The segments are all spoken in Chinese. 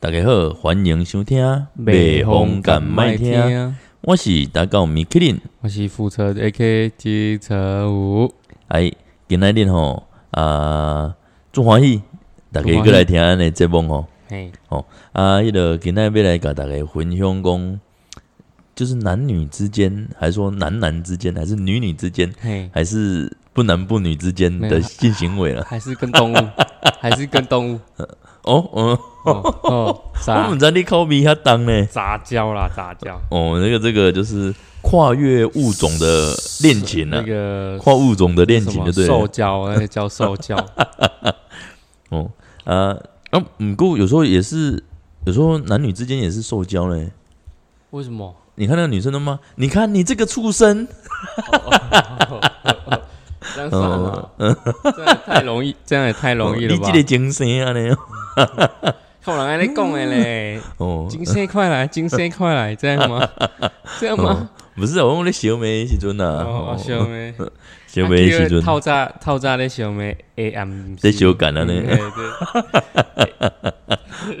大家好，欢迎收听《北风风敢敢麦麦听听》，，我是大狗米克林。我是副车 A K 机车五，哎，今仔日吼啊，祝欢喜，大家祝欢过喜来听咱的节目吼。嘿，啊，迄个今仔要来甲大家分享讲，就是男女之间，还是说男男之间，还是女女之间，嘿，还是不男不女之间没的有性行为了。还是跟 动物，还是跟动物，哦，嗯，哦， 哦我杂们在你口比较重呢。杂交啦，杂交，哦，那个这个就是跨越物种的恋情那啊，个跨物种的恋什情么就对兽了。交，那个叫兽 交，哦，啊，啊，嗯，过有时候也是，有时候男女之间也是受教嘞。为什么？你看那个女生的吗？你看你这个畜生，这样算吗？这样也太 容易，这样也太容易哦了你吧这？个精神啊呢？看人安尼讲的嘞，哦，金生快来，金生快来，这 样吗？这样吗？不是啊，我讲咧小妹的时阵啊，哦，哦小妹。小妹的时阵，透早透早咧想咩 AM 在啊修改了呢咧，嗯对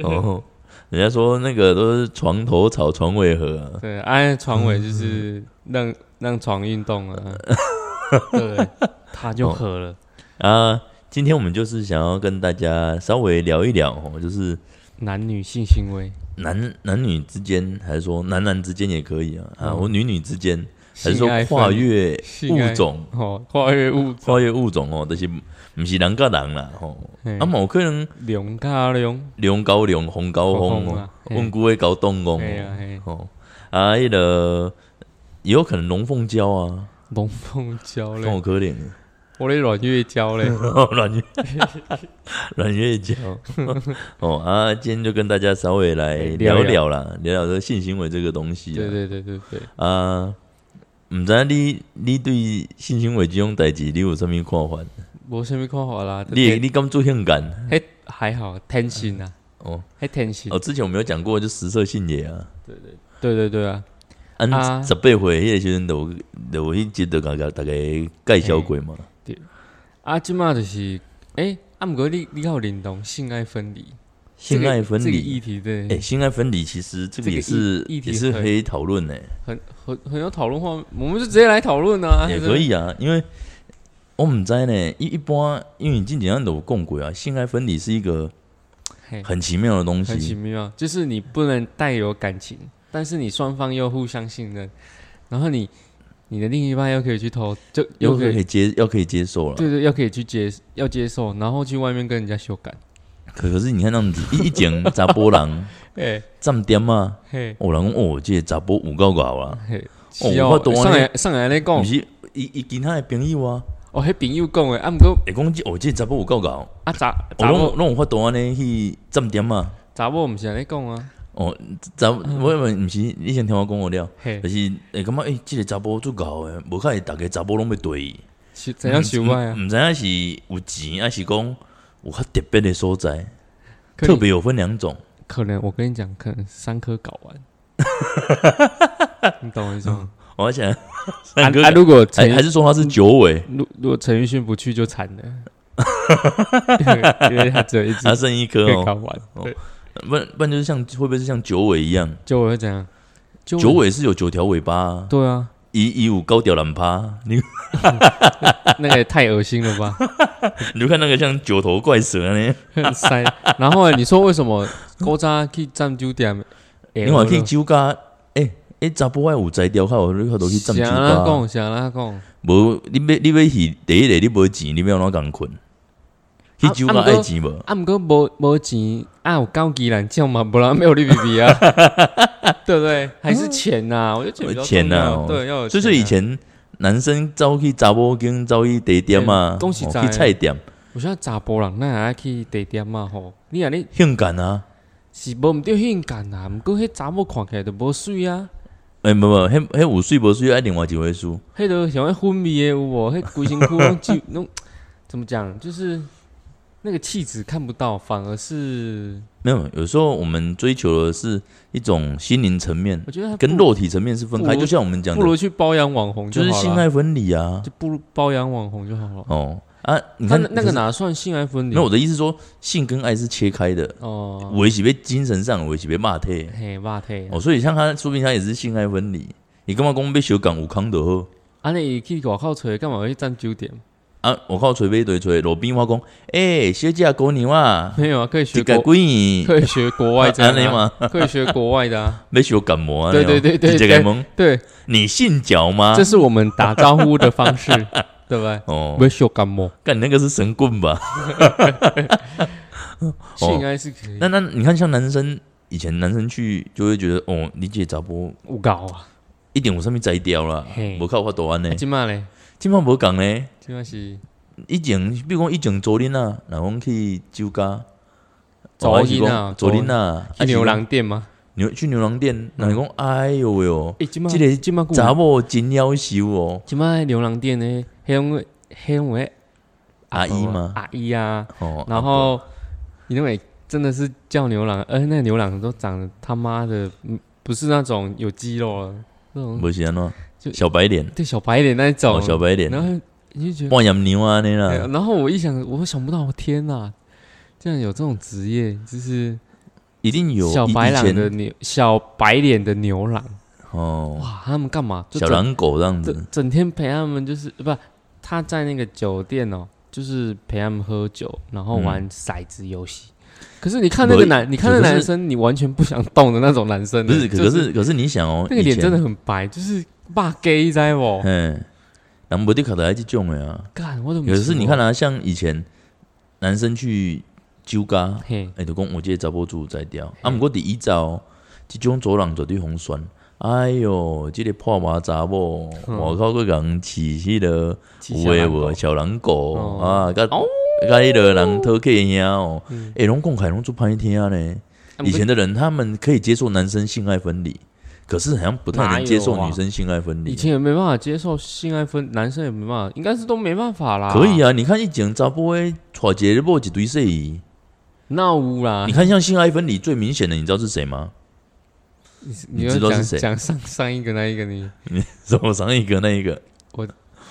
哦，人家说那个都是床头吵，床尾和啊。对，按床尾嗯就是让让床运动啊， 对，它就合了。啊，今天我们就是想要跟大家稍微聊一聊哦，就是男女性行为，男男女之间，还是说男男之间也可以啊，啊，嗯我女女之间，还是性说爱跨分越性爱物种，哦，跨越物种，跨越物种哦，这些不是人跟人啦哦，嘿啊，某可能龙加龙，龙高龙，红高红红红哦啊，嘿问古会搞动工哎哦呀嘿，哦，啊，迄个也有可能龙凤交啊，龙凤交那嘞，我可怜， 我咧软月交哎嘞，阮月阮月 交哦啊，今天就跟大家稍微来聊哎聊一一聊啦，聊聊这个性行为这个东西啊，对对对对对，啊，毋知你你对性行为即种代志，你有啥物看法？无啥物看法啦，你你敢做性感？嘿还好，天性啊，哦嘿天性哦，，之前我们有讲过，就食色性也啊。对对对啊，啊，啊十八岁迄个时阵，就有就有迄集就甲甲大家介绍过嘛。哎啊，即马就是，诶、啊，毋过你你较有认同性爱分离，性爱分这个这个离啊议，题对，哎，性爱分离其实这个这个也是议议题也是很可以讨论诶，很很很有讨论话，我们就直接来讨论啊，也对不可对，以啊，因为。我们知呢，一一般因为你之前咱都有讲过啊，性爱分离是一个嘿很奇妙的东很奇西，妙，就是你不能带有感情，但是你双方又互相信任，然后你你的另一半又可以去偷，就又又可可以，以接，又可以接受了。对对，又可以去接要接受，然后去外面跟人家修改，可可是你看那样子，一一整查甫人 诶、占点啊，嘿哦，人讲哦，这个查甫有够搞啦，嘿，哦是哦我懂啊上你来上来咧讲毋，是伊伊其他的朋友啊，哦，迄朋友讲诶，啊，毋过会讲这哦，这个查甫有够搞，啊，查我查拢有某拢有法度安尼去占点啊。查某毋是安尼讲啊，哦，查嗯我以为毋是，你先听我讲我了，嘿就。是会感觉诶，即、这个查甫足搞的，无较会逐个查甫拢要对伊。是嗯怎样想歪啊？毋知影是有钱，还是讲有较特别的所在，可特能别有分两种。可能，我跟你讲，可能三颗搞 完，你懂我意思吗？我想， 嗯啊哦三哥啊！如果陈还还是说他是九尾，如如果陈奕迅不去就惨了， 因为他只有一只他剩一颗嗯可以哦搞。完，对不然不然就是像会不会是像九尾一样？就我会怎样？就九尾是有九条尾巴、啊，对啊，一一五高屌懒趴。你那个也太恶心了吧？ 你就看那个像九头怪蛇呢，塞。然后你说为什么勾扎去占酒店？你往去酒家，哎、欸、哎，查甫爱有才调，较有你较多去占酒想啦家。啊讲，想啦讲，无你要你要去第一个你无钱，你要安怎共困？去酒家啊不过爱钱无？啊，毋过无无钱啊，有高级人叫嘛，不然没有利比比 啊，对不对？还是钱呐、我就觉得比较钱重呐要哦对，嗯要有钱啊、所以说以前男生走去查某间，走去地点啊欸，讲实哦在去菜店，有啥查甫人咱也爱去地点嘛吼，你啊你性感啊。是无毋对性感啦，毋过迄查某看起来就无水啊，哎、欸，无无，迄迄有水无水，爱另外一回事。迄都像迄昏迷的有无？迄规身躯拢就拢怎么讲？就是那个气质看不到，反而是没有，有时候我们追求的是一种心灵层面，我觉得还不跟肉体层面是分开。不如就像我们讲不的，如去包养网红就是好性了，爱分离啊。就不如包养网红就好了。哦，啊，你他看那那个可是哪算性爱分离？没啊有，我的意思是说，性跟爱是切开的，哦，我一起被精神上，我一起被骂退。嘿，肉体哦，所以像他，说不定他也是性爱分离。你干嘛讲被小港有康就好啊，你去外口找干嘛会占酒店？啊？我靠，捶杯捶捶，路边我讲，诶、小姐狗牛啊，没有啊，可以一学个国，鬼年，可以学国外这样 安尼啊，嘛，可以学国外 的啊。被小感冒啊？对对对对这对个蒙，对，你姓脚吗这？是我们打招呼的 方式，对不对？啊哦，没学感冒，干那个是神棍吧？ 哦性爱是可以那那你看，像男生以前男生去就会觉得，哦，你姐咋不有搞啊。一点五上面摘掉啦嘿，啊无靠啊法度安呢？今嘛嘞，今晚无讲呢。今嘛是以前，比如讲以前昨天啊，然后去酒家，昨哦还是天啊讲昨天啊，去牛还是郎嗯店吗？讲牛去牛郎店，然后讲哎呦喂哦，诶，今嘛这个今嘛查某真夭寿哦，今嘛牛郎店呢，黑龙黑龙诶阿姨吗？阿姨啊，哦，然后你认为真的是叫牛郎，而且那牛郎都长得他妈的嗯不是那种有肌肉了，那种不啊是安就怎小白脸，对小白脸那一种嗯哦，，小白脸，然后你就觉得，半羊牛啊那哎啦呀，然后我一想，我想不到，我天哪，竟然有这种职业，就是一定有小以白以狼的前牛，小白脸的牛郎，哦，哇，他们干嘛？就小整狼狗这样子整整天陪他们，就是不，他在那个酒店哦，就是陪他们喝酒，然后玩骰子游戏。嗯可是你看那个男，你看那可是男生，你完全不想动的那种男生呢，欸不是？可可就是可是你想哦，那个脸以前真的，很白，就是骂 gay 在哦，嗯，人无得考得来这种的啊。干我怎么？可是你看，啊，像以前男生去酒家。嘿，哎、欸，就讲我这查甫主在掉，啊，毋过第一招，即种左人绝对红酸。哎哟，即、个破马查某，嗯外口个人饲迄个有诶无我，小狼狗、哦啊，甲哦甲迄个人偷客兄哦嗯，哎、拢讲开拢做歹听呢。以啊前的人他们可以接受男生性爱分离，可是好像不太哪能接受有啊女生性爱分离。以前也没办法接受性爱分，男生也没办法，应该是都没办法啦。可以啊，啊，你看以前查甫诶，娶一个某一堆细姨，那屋啦啊你，看像性爱分离最明显的，你知道是谁吗？ 你你要知道是讲谁讲上上一个那一个你，什么上一个那一个？我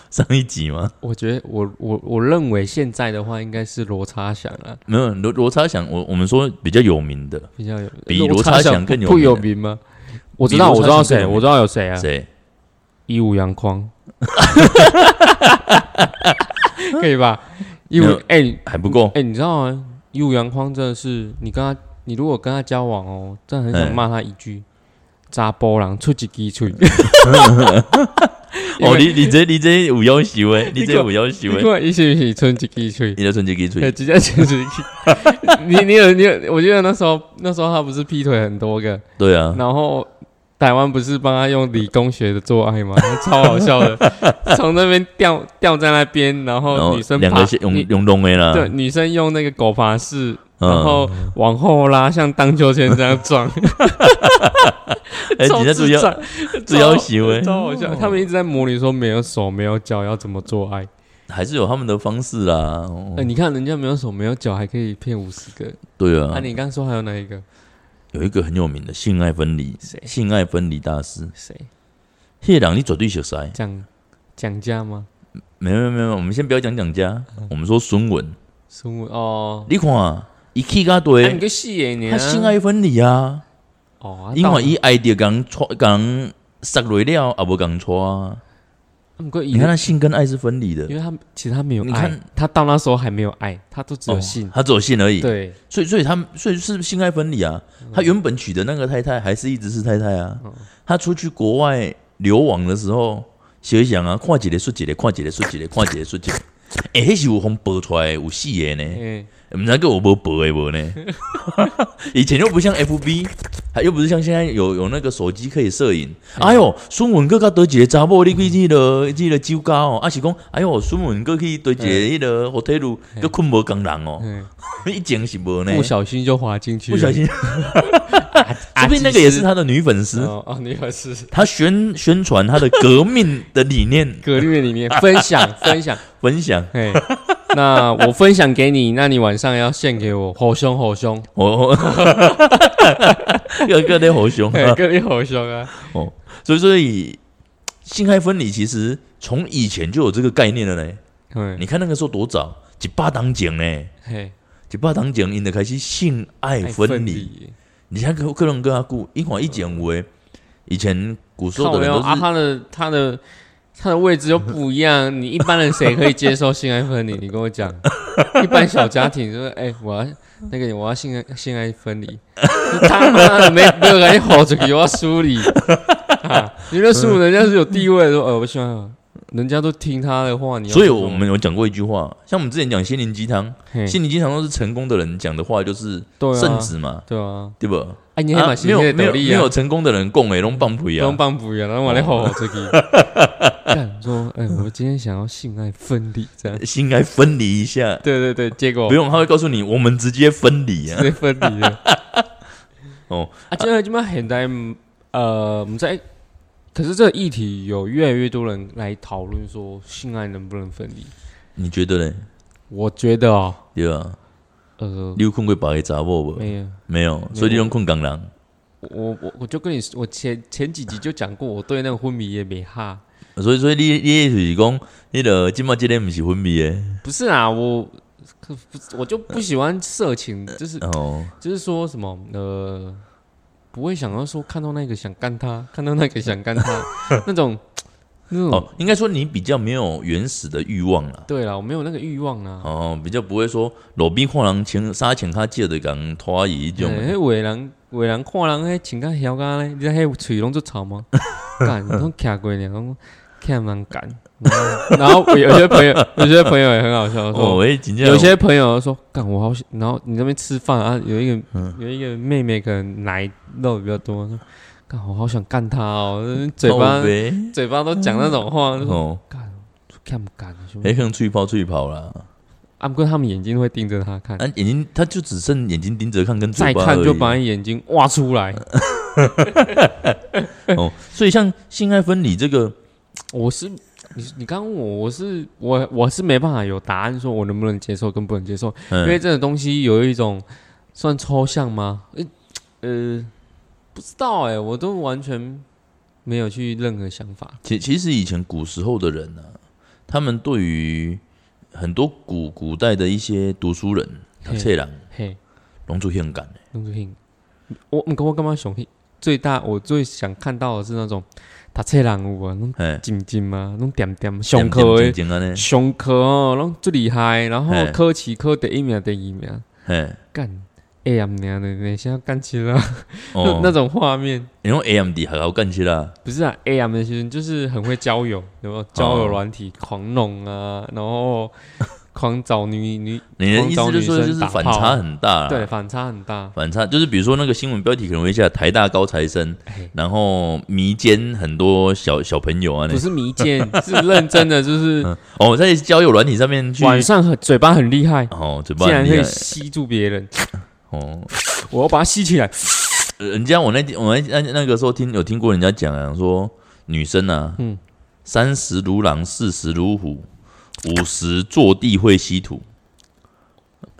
上一集吗？我觉得我我我认为现在的话应该是罗差祥啊了，没有罗罗差祥，我我们说比较有名的比较有比罗罗差差祥祥更有不名有的名吗？我比知道，罗我差知祥道更谁，有我名知道有谁啊？谁？一五 阳光，可以吧？一五没有哎还不够 哎，你知道吗？一五阳光真的是，你跟他，你如果跟他交往哦，真的很想嗯骂他一句“渣波浪出几鸡 腿”，因哦！为你你这你这有要求 诶，你这有要求你诶，看伊是不是剩一支喙？你的春节给对，吹直接剩一支。你你有你有，我记得那时候那时候他不是劈腿很多个，对啊，然后台湾不是帮他用理工学的做爱吗？ 超好笑 的，从那边吊吊在那边，然然后后女生哦两爬个是用女用弄诶啦，对女生用那个狗爬式，嗯然后往后拉，像荡秋千这样撞， 哎，超你在做智要障做要求诶，超好笑。哦他们一直在模拟说没有手没有脚要怎么做爱，还是有他们的方式啦。哦哎，你看人家没有手没有脚还可以骗五十个，对啊啊，，你刚说还有哪一个？有一个很有名的性爱分离谁，性爱分离大师，谁迄个人你绝对熟悉。讲讲价吗？没有没有没有，我们先不要讲讲家，嗯我们说孙文，孙文哦，你看啊，伊去甲啊你对，个戏演你啊他性爱分离啊。哦，啊因到为伊爱着共错共杀落了，也无共错啊。啊不过你你看看，他性跟爱是分离的因，为他其实他没有你爱看，他到那时候还没有爱，他都只有哦性。他只有性而已。对，嗯所以所以他们所以是性爱分离啊。他原本娶的那个太太还是一直是太太啊。他出去国外流亡的时候，想一想啊，看一个说一个，看一个说一个，看一个说一个。哎、欸，迄是有红爆出来的有四个呢，哎，毋知个有无爆的无 呢？以前又不像 FB，还又不是像现在有有那个手机可以摄影。哎呦，孙文哥甲倒一个查某，你去迄落迄落酒家哦，啊是讲，哎呦，孙文哥去倒一个迄哎落 hotel，佮困无共人哦，嗯，以前是无呢，不小心就滑进去哎不了，小心，说啊，不定那个也是他的女粉丝，哦哦，你也是他宣宣传他的革命的理念格律里面分 享分享，分享。嘿，那我分享给你，那你晚上要献给我，吼凶吼凶， 哦，个个咧好凶嘿啊，格律吼凶啊，呃所以所以性爱分离其实从以前就有这个概念了呢。嗯，你看那个时候多早，一百当前呢，嘿，一百当前因就开始性爱分离。离，你看可可能跟他顾，因为以前有诶，以前古时候靠的人腰都是啊，他的他的他的位置又不一样，你一般人谁可以接受性爱 分离？你跟我讲，一般小家庭就是，哎、我要那个我要性爱性爱分离，他妈的没没有人吼这个，我要梳理， 啊，你那梳人家是有地位的，说，哎、我不喜欢，人家都听他的话，你要所以怎么我们有讲过一句话，像我们之前讲心灵鸡汤，嘿心灵鸡汤都是成功的人讲的话，就是对啊圣旨嘛，对啊，对不？哎，你啊还蛮没心有黑没的有斗笠没啊有。成功的人供诶，拢棒腿用啊！棒补呀，然后我来吼吼这个， 干说，哎、我今天想要性爱分离这样，心该分离一下，对对对，结果不用他会告诉你，我们直接分离啊！直接分离了。 哦，啊，现在基本上现在，呃，我们在，可是这个议题有越来越多人来讨论说性爱能不能分离。你觉得呢？我觉得哦，对吧？呃，你有困过白的查某不？没有，没有，所以你拢困港人。我我我就跟你说，我前前几集就讲过，我对那个昏迷也没哈，所以所以你你就是讲，迄个今嘛这个不是昏迷的，不是啊，我可不我就不喜欢色情，就是然后就是说什么呃，不会想要说看到那个想干他，看到那个想干 他那种那种。哦，应该说你比较没有原始的欲望啦。对了，我没有那个欲望啊。哦，比较不会说路边看人穿衫穿较少的讲拖伊迄种欸的。迄伟人伟人看人迄穿甲晓干咧，你知 迄喙拢做 臭吗？干，拢徛过呢，拢徛蛮干。然后然后有有些朋友，有些朋友也很好笑，哦，说诶，真正有些朋友说干我好想，然后你那边吃饭啊，有一个嗯有一个妹妹可能奶肉比较多，说干我好想干 她哦，嘴巴嗯靠北嘴巴都讲那种话，就说哦，干不干啊？兄弟诶，可能吹泡吹泡啦，啊，不过他们眼睛会盯着她看啊，，眼睛他就只剩眼睛盯着看跟嗯嘴再巴看而就已把你眼睛挖出来。哦，所以像性爱分离这个，我是你，你刚问我，我是我我是没办法有答案，说我能不能接受跟不能接受，因为嗯，这个东西有一种算抽象吗？呃呃，不知道哎、我都完全没有去任何想法。其其实以前古时候的人呢、他们对于很多古古代的一些读书人、读嘿册人，嘿，拢做性感的。弄出兴，我你跟我干嘛想去？最大我最想看到的是那种读册人有啊，弄哎，静静啊，弄点点上课的，安呢？上课哦，弄最厉害，然后嘿考试考第一名，第二名。 哎，干哎呀娘的，你现在干起来啊那 那哦，种画面，你用 AMD 还好干起啦，不是啊哎呀的学生就是很会交友，有没有？交哦友软体狂弄啊，然后狂找女女，你的意思就是说就是反差很大啦，对，反差很大。反差就是比如说那个新闻标题可能会写台大高材生，哎，然后迷奸很多小小朋友啊，那不是迷奸，是认真的， 就是哦在交友软体上面去， 晚上很嘴巴很厉害，哦嘴巴竟然很可厉以害吸住别人，哦，我要把它吸起来。人家我那天我那那个时候听有听过人家讲啊，说女生啊，嗯三十如狼，四十如虎，五十坐地会吸土。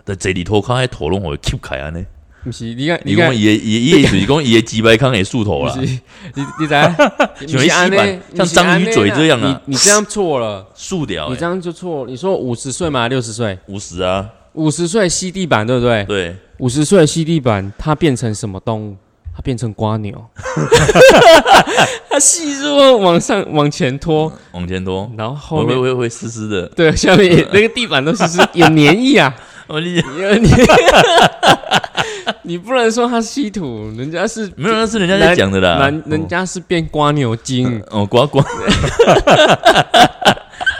在这里头看还头拢会吸开啊呢，不是，你看，伊看讲，伊伊伊就是讲伊的鸡排康会竖头不啦是，，你你 在，你像那是安吸板内，像章鱼嘴这样啊哦你你这样错了，竖掉你这样就错。你说五十岁嘛，六十岁，五十啊，五十岁吸地板，对不对？对，五十岁吸地板，它变成什么动物？它变成瓜牛，它细数往上往前拖，往前拖，然后会后会面会会湿湿的，对下面也那个地板都是是有粘液啊，我理解，有你你不能说它吸土，人家是没有那是人家在讲的啦，人人家是变瓜牛精，哦，呱呱，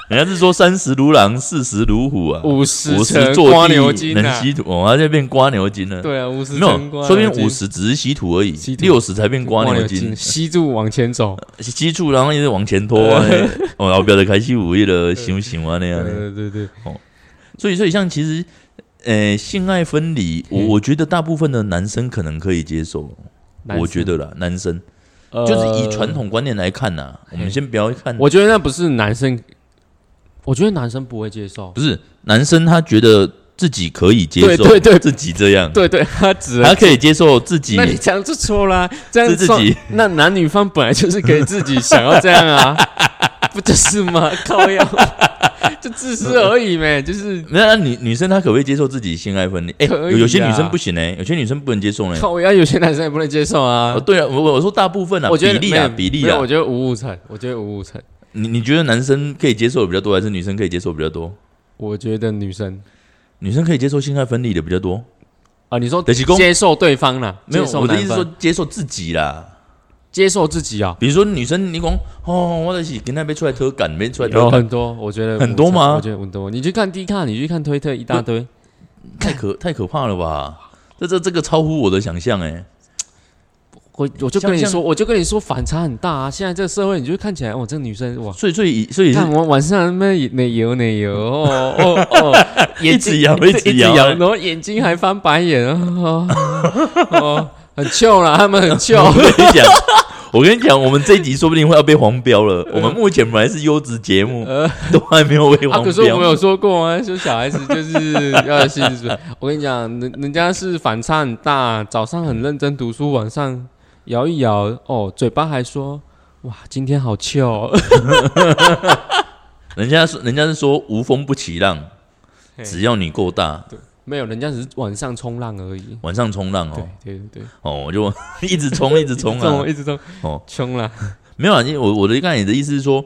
人家是说三十如狼，四十如虎啊，五十五乘十坐瓜地牛精能啊，吸土，哦，他就变瓜牛筋了。，对啊，五十没有乘瓜，说不牛定精五十只是吸土而已吸，土六十才变瓜瓜牛牛精筋，吸住往前走，吸住然后一直往前拖啊。哦，后边的开始五一的想想啊那对样的。对对对，所以，所以像其实，呃，性爱分离，我嗯我觉得大部分的男生可能可以接受，男我生觉得啦，男生呃就是以传统观念来看呐，我们先不要看，我觉得那不是男生，我觉得男生不会接受不。是男生他觉得自己可以接对受，对对自己这样，对对，他只他能。可以接受自己那你这样就错啦、这样是自算己。那男 女方本来就是可以自己想要这样啊，不就是吗？靠腰， 就自私而已呗，就是没有那女女生她可不可以接受自己性爱分离？哎、可以啊有有些女生不行呢、有些女生不能接受呢、靠我要有些男生也不能接受啊哦，。对啊，我我我说大部分啊，我觉得比例没啊有，比例没有啊我。觉得五五成，我觉得五五成，你你觉得男生可以接受的比较多，还是女生可以接受比较多？我觉得女生女生可以接受性爱分离的比较多。啊，你说就是说接受对方啦，呃没有接，受我的男意思方说接受自己啦。接受自己啊，比如说女生，你讲哦，我的是跟那边出来偷感，没出来偷有感，很多，我觉得啊很多吗我觉得很多，你去看 D 卡，你去看推特一大堆，太可太可怕了吧？这这这个超乎我的想象哎、我我就跟你像说，我就跟你说反差很大啊！现在这个社会，你就看起来，哇，哦这个女生哇。所以所以所以是看我晚上那么奶油奶油哦哦 哦，眼睛一直摇对一直一直摇然后眼睛还翻白眼哦哦，哦很臭啦，他们很 臭。我跟你讲，我跟你讲，我们这一集说不定会要被黄标了。我们目前本来是优质节目， 都还没有被嗯啊，黄可是我标。们有说过啊，说小孩子就是要有性子。我跟你讲，人人家是反差很大，早上很认真读书，晚上摇一摇，哦，嘴巴还说哇，今天好臭哦。人家是人家是说无风不起浪，嘿只要你够大， 没有，人家只是晚上冲浪而已。晚上冲浪哦对对对，哦，我就 一直冲一直冲啊冲，一直冲，哦冲啦。没有啊，因为我我的刚才你的意思是说，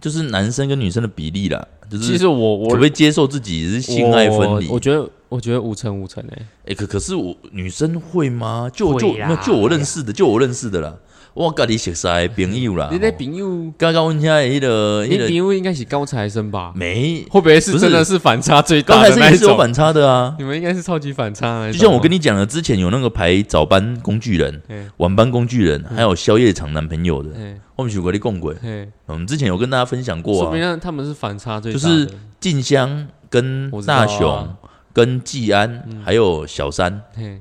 就是男生跟女生的比例啦，就是其实我我可不可以接受自己是性爱分离我？我觉得我觉得五成五成欸诶、哎、可可是我女生会吗？就我就会啦啊没有就我认识的，就我认识的啦，我跟你熟识的朋友啦，你那哦朋友，刚刚问一下那个你那个朋友应该是高材生吧？没，会不会是不是真的是反差最刚大才的是那也一是有种？反差的啊。你们应该是超级反差的那一就种。像我跟你讲的，之前有那个排早班工具人、嗯晚班工具人，还有宵夜场男朋友的，嘿我们有跟你共轨。嘿，我们之前有跟大家分享过说啊，明他们是反差最大就的，是静香跟我知道啊大嗯雄、跟季安、还有小三。嘿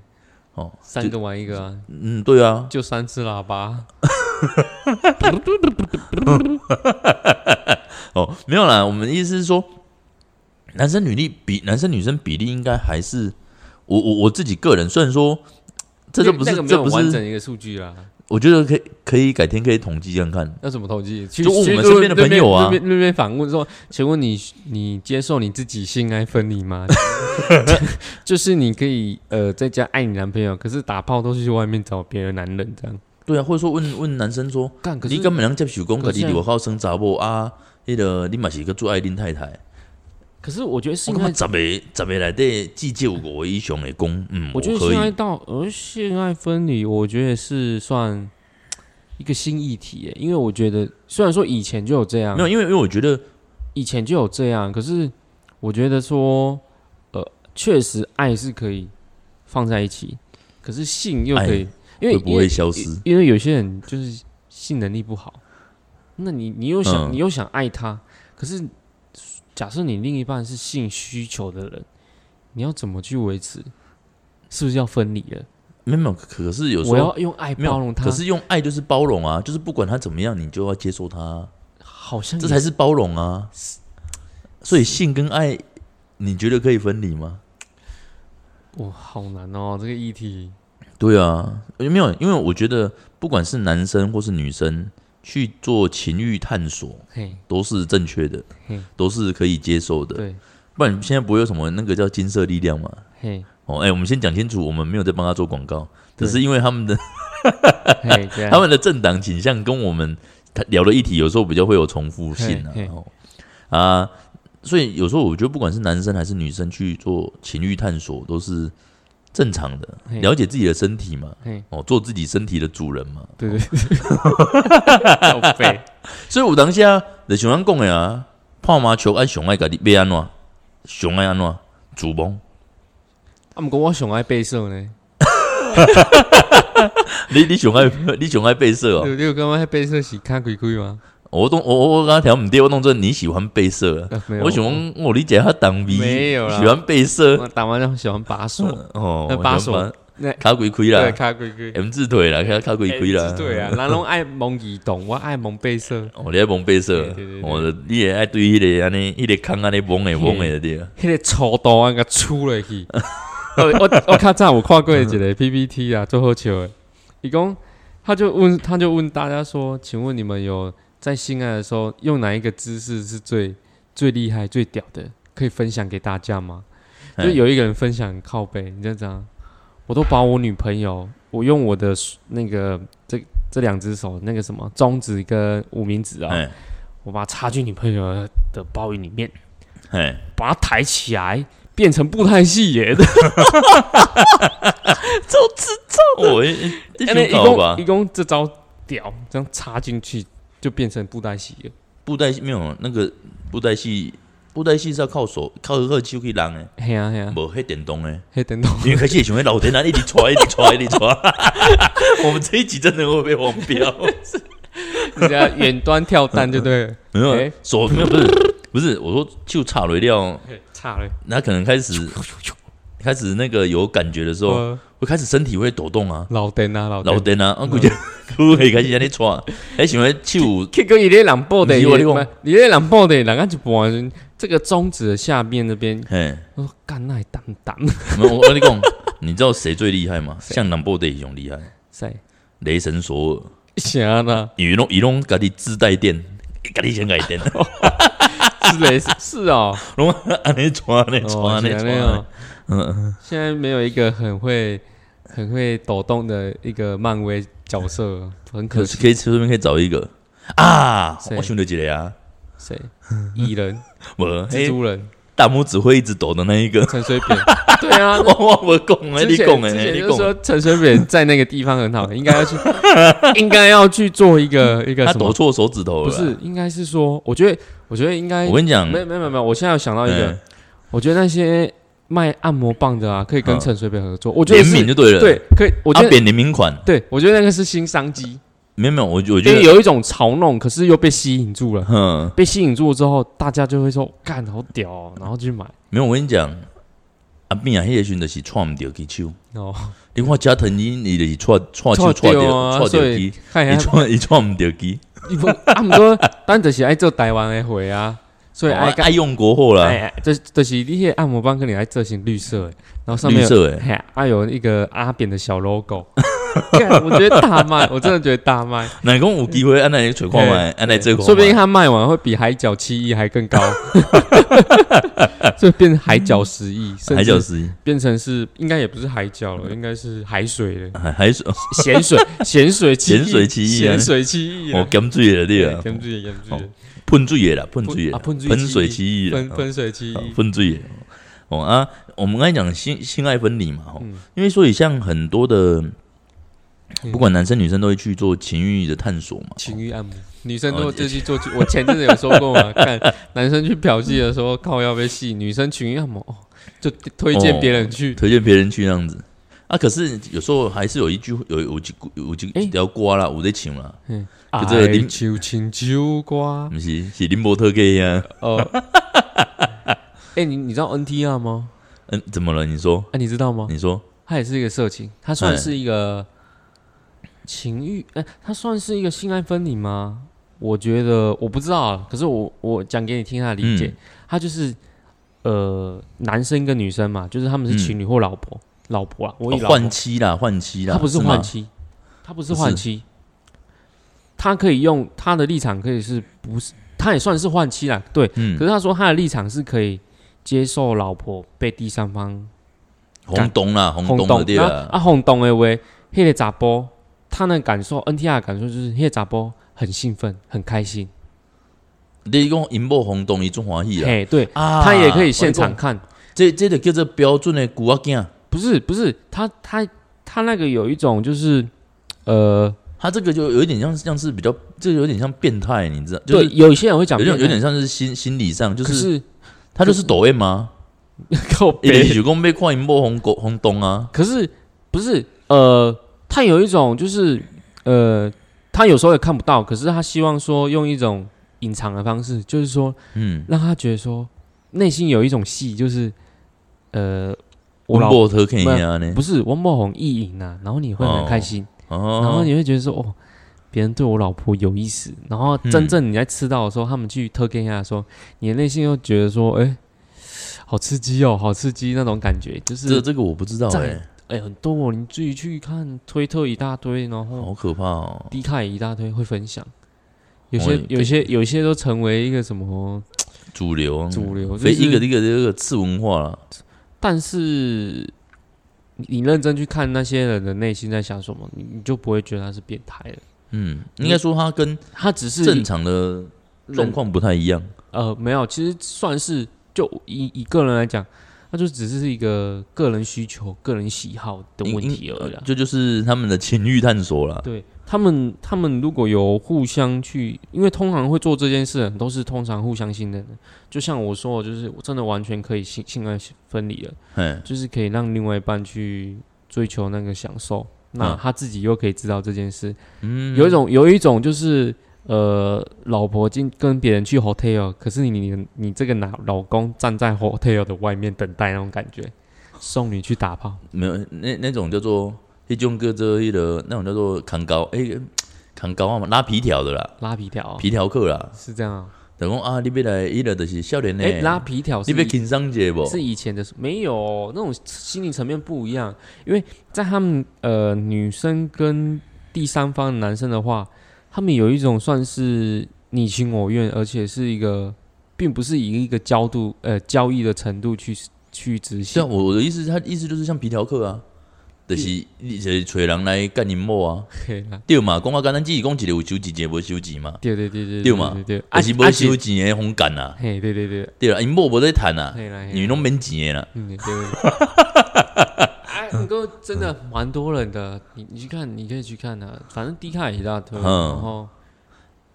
哦，三个玩一个啊，嗯，对啊，就三次喇叭。哦，没有啦，我们的意思是说，男生女力比男生女生比例应该还是我我我自己个人，虽然说这就不是、那个没这有不完是整一个数据啦，我觉得可以可以改天可以统计看看。要怎么统计？去就问我们去身边的朋友啊那边那边那边访问说，请问你你接受你自己性爱分离吗？ 就是你可以呃在家爱你男朋友，可是打炮都是去外面找别的男人这样对啊，或者说问问男生说，干，可是你根本能接受讲，可可是你我靠生查某啊，迄个你嘛是一个做爱恁太太，可是我觉得性我爱感觉十个十个内底至少有五个以上的讲，嗯，我觉得可性爱以。到而性呃爱分离，我觉得是算一个新议题耶，因为我觉得虽然说以前就有这样没，有，因为因为我觉得以前就有这样，可是我觉得说，呃，确实爱是可以放在一起，可是性又可以，因为会不会消失？因为因为有些人就是性能力不好，那你你又嗯想、你又想爱他，可是假设你另一半是性需求的人，你要怎么去维持？是不是要分离了？没有没有，可可是有时我候要用爱没有包容他，可是用爱就是包容啊，就是不管他怎么样，你就要接受他啊，好像这也才是包容啊。所以性跟爱，你觉得可以分离吗？哇，好难哦，这个议题。对啊，没有，因为我觉得不管是男生或是女生去做情欲探索，嘿，都是正确的嗯，都是可以接受的。对，不然现在不会有什么那个叫金色力量嘛？嘿，哦，哎、我们先讲清楚，我们没有在帮他做广告，只对哎是因为他们的嘿，这样他们的政党倾向跟我们他聊的议题有时候比较会有重复性啊嘿嘿。哦啊，所以有时候我觉得不管是男生还是女生去做情欲探索都是正常的，嘿了解自己的身体嘛嘿，哦，做自己身体的主人嘛。对对对， 靠背所以我当下就想咱讲的啊，泡麻球爱熊爱家己要安怎，熊爱安怎主崩。啊，毋过我上爱背诵呢， 你你上爱你上爱背色哦，你你有感觉迄背诵是看鬼鬼吗？我懂我我我刚刚调唔对，我弄成你喜欢背色了。啊没有，我喜哦欢我理解他当兵没有啦喜欢背色我打麻将喜欢把手，哦那，把哎手我喜欢那卡鬼亏对，啦看鬼鬼， ，M 字腿啦，卡卡鬼亏啦，对啊，人拢爱蒙移动，我爱蒙背诵，哦，你爱蒙背色对对对，对我你也爱对迄个安尼，迄个坑安尼蒙诶蒙诶对啊，迄个粗度啊，甲出落去。 我我我较早有看过一个 PPT 啊，最好笑的。伊讲，他就问他就问大家说，请问你们有在性爱的时候用哪一个姿势是最最厉害、最屌的，可以分享给大家吗？就嘿是有一个人分享靠背，你知道怎样？我都把我女朋友，我用我的那个这这两只手，那个什么中指跟无名指啊，哎我把它插进女朋友的包里里面，哎，把它抬起来，变成布袋戏 耶的。我一哎那群一搞吧共一，共这招屌，这样插进去就变成布袋戏了。布袋戏没有那个布袋戏，布袋戏是要靠手靠靠手去人诶，嘿啊嘿啊，无迄电动诶，嘿等 等，因为开始会想迄老天啊，一直踹一直踹一直踹，我们这一集真的会被黄标。人家远端跳蛋就对了，没有哎啊手没有不是不是，我说就差了料，嘿 差了。那可能开始开始那个有感觉的时候，呃会开始身体会抖动啊，老灯啊老老灯，颠啊，我估计我会开始在那踹，还想要手结果伊咧人报的，不是我跟你讲伊咧人报的，人家一半这个中指的下面那边，嘿。我说干那当 当，没有我跟你讲，你知道谁最厉害吗？像南部的英雄厉害，塞雷神索尔，啥呢？伊拢伊拢家己自带电，家己先改电， 是嘞是是哦，拢安尼穿 安尼穿哦安尼是这样穿哦，现在没有一个很会很会抖动的一个漫威角 色，很可可惜是。可以顺便可以找一个啊，谁我想到一个啊，谁？蚁人、无蜘嘿蛛 人、，大拇指会一直抖的那一个 陈水扁， 对啊，我我无讲诶，之你前讲之诶，前你就讲说陈水扁在那个地方很好，应该要 去，应该要去做一个一个他什抖么？错手指头不了啦，是，应该是说，我觉得，我觉得应该我跟你讲，没有没有没有没有，我现在有想到一个嗯，我觉得那些卖按摩棒的啊，可以跟嗯陈水扁合作，我觉得联名是啊就对了，对，，可以，我觉他得扁联名款，对，我觉得那个是新商机，没有没有，我我因觉为得，哎有一种嘲弄，可是又被吸引住了。哼，被吸引住之后，大家就会说：“干，好屌、哦！”然后去买没有，我跟你讲，阿扁啊，迄个时阵就是创毋着去手。哦，你看加藤鹰，伊就是踹踹手踹对掉啊，踹掉所机以，看一伊下踹伊踹毋掉机，伊不，啊，毋过咱就是爱做台湾的货啊，所以哦爱爱用国货啦，哎，就是就是你迄按摩棒可能爱做成绿色的，然后上面绿有色诶，嘿啊有一个阿扁的 小 logo，干我觉得大卖，我真的觉得大卖，哪讲有机会按那揣看卖，按那这个，嗯哎说不定他卖完会比海角七亿还更 高，就变成海角十亿，甚海角至十一，变成是应该也不是海角嗯了，应该是海水了，海海水， 咸水咸水七亿咸水七亿啊咸水七亿哦啊，，咸水的对啊，跟住跟住哦喷水的啦，喷水的啦，啊喷水喷水起起义喷啦，喷水七哦亿。喷水的，哦啊，我们刚才讲性性爱分离嘛，哦，因为所以像很多的，嗯不管男生女生都会去做情欲的探索嘛，情欲按摩，女生哦都就去做去。我前阵子有说过 嘛，看男生去嫖妓的时候靠要被戏，女生情欲按摩哦，就推荐别人去。推荐别人去那样子啊。可是有时候还是有一句有有几有几欸条瓜啦，有在请啦，爱哦就这个林就亲哎酒瓜不是是林伯特啊给呀、 哦。哎，你你知道 NTR 吗？嗯，怎么了？你说，哎，你知道吗？你说，它也是一个色情，它算哎是一个情欲，哎，它算是一个性爱分离吗？我觉得我不知道啊，可是我我讲给你听他的理解嗯，他就是呃男生跟女生嘛，就是他们是情侣或老婆，老婆啊，我嗯以哦老婆换、，妻啦，换妻啦，他不是吗换，妻，他不是换妻，他可以用他的立场可以是不是，他也算是换妻啦，对，可嗯，是他说他的立场是可以接受老婆被第三方红东啦，红轰东动的对啊啊啦，轰动的话，迄、个查甫他那感受 NTR 的感受就是迄、个查甫很兴奋，很开心，你讲银幕红东一种欢喜啦，嘿，对、啊他也可以现场我跟你看，讲这这个叫做标准的古阿啊囝，不是不是，他他他那个有一种就是呃，他这个就有一点像像是比较，这个有点像变态，你知道，就对，是有些人会讲有点变态，有点像是心心理上，就可是 是他就是抖 M 啊吗？靠一直背，是讲被看银幕红狗红东啊，可是不是呃，他有一种就是呃，他有时候也看不到，可是他希望说用一种隐藏的方式，就是说嗯，让他觉得说内心有一种戏，就是呃，我银老幕特啊看一下呢不，是王某红意淫啊，然后你会很开心，哦，然后你会觉得说哦，别人对我老婆有意思，然后真嗯正你在吃到的时候，他们去特跟一下说，你的内心又觉得说，哎、好刺激哦，好刺激那种感觉，就这是这个我不知道在哎，哎、很多哦，你自己去看推特一大堆，然后好可怕哦。低卡也一大堆会分享，有我些哦也有些有些都成为一个什么主流啊，主流，所就是以一个一个这个次文化啦，但是你你认真去看那些人的内心在想什么，你你就不会觉得他是变态了。嗯，应该说它跟他只是正常的状况不太一样，呃，没有，其实算是就以以个人来讲，他就只是一个个人需求、个人喜好的问题而已啊。这就是他们的情欲探索啦。对他们，他们如果有互相去，因为通常会做这件事的人都是通常互相信任的。就像我说的，就是我真的完全可以性性爱分离了，哎，就是可以让另外一半去追求那个享受，那嗯他自己又可以知道这件事。嗯，有一种有一种就是呃，老婆进跟别人去 hotel，可是你你你这个老老公站在 hotel 的外面等待那种感觉，送你去打炮，没有那那种叫做黑种哥这一的那种叫做扛高，哎，扛高啊嘛，拉皮条的啦，拉皮条、哦，皮条客啦，是这样啊、等讲啊，你别来伊个就是少年呢哎、，拉皮条是你别以轻松者不？是以前的事，没有那种心理层面不一样，因为在他们呃女生跟第三方的男生的话，他们有一种算是你情我愿，而且是一个并不是以一个交度呃交易的程度去去执行像。 我我的意思，他意思就是像皮条客啊，就是你就是找人来干你某啊，对啦，对嘛？讲话啊简单，只是讲一个有收钱，一个无收钱嘛，对对对对啊对嘛对对，而是无收且钱的风干啊，嘿，对对对，对啦，因某无在谈啊，嘿啦，嘿啦因为拢免钱的啦，嗯，对对对。 哎，你哥真的蛮多人的，你你去看，你可以去看啊，反正低卡也一大堆，嗯然后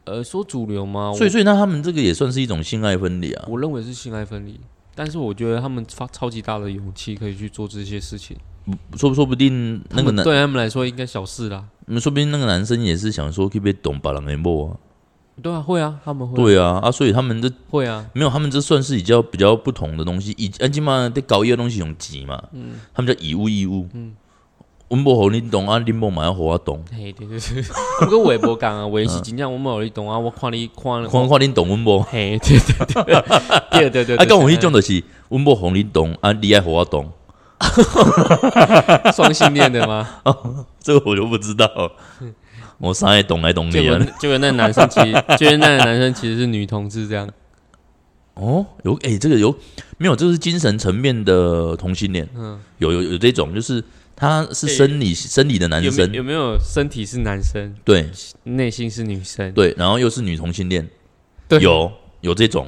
呃，说主流嘛，我所以所以那他们这个也算是一种性爱分离啊，我认为是性爱分离，但是我觉得他们发超级大的勇气可以去做这些事情，说说不定那他个们男，对他们来说应该小事啦，嗯说不定那个男生也是想说可以被懂把人给某啊，对啊，会啊，他们会，对啊啊，所以他们这会啊，没有，他们这算是比较比较不同的东西。以啊，起码在搞一个东西用钱嘛，嗯他们叫以物易物。嗯，我们不好你懂啊，你不嘛要好我懂，嘿，对对对， 我跟韦伯讲啊，韦是真正我冇你懂啊，我看你看了，嗯看看你懂我不？嘿，对对对对对 对，啊，跟我迄种。种就是，我们不好你懂啊，你爱好我懂，双性恋的吗？这个我就不知道。 我啥也懂来懂结你果啊？结果那男生其实， 结果那个男生其实是女同志这样。哦，有诶、这个有没有？这是精神层面的同性恋，嗯，有有有这种，就是他是生理、生理的男有没生，有没有身体是男生，对内心是女生？对，然后又是女同性恋，对有有这种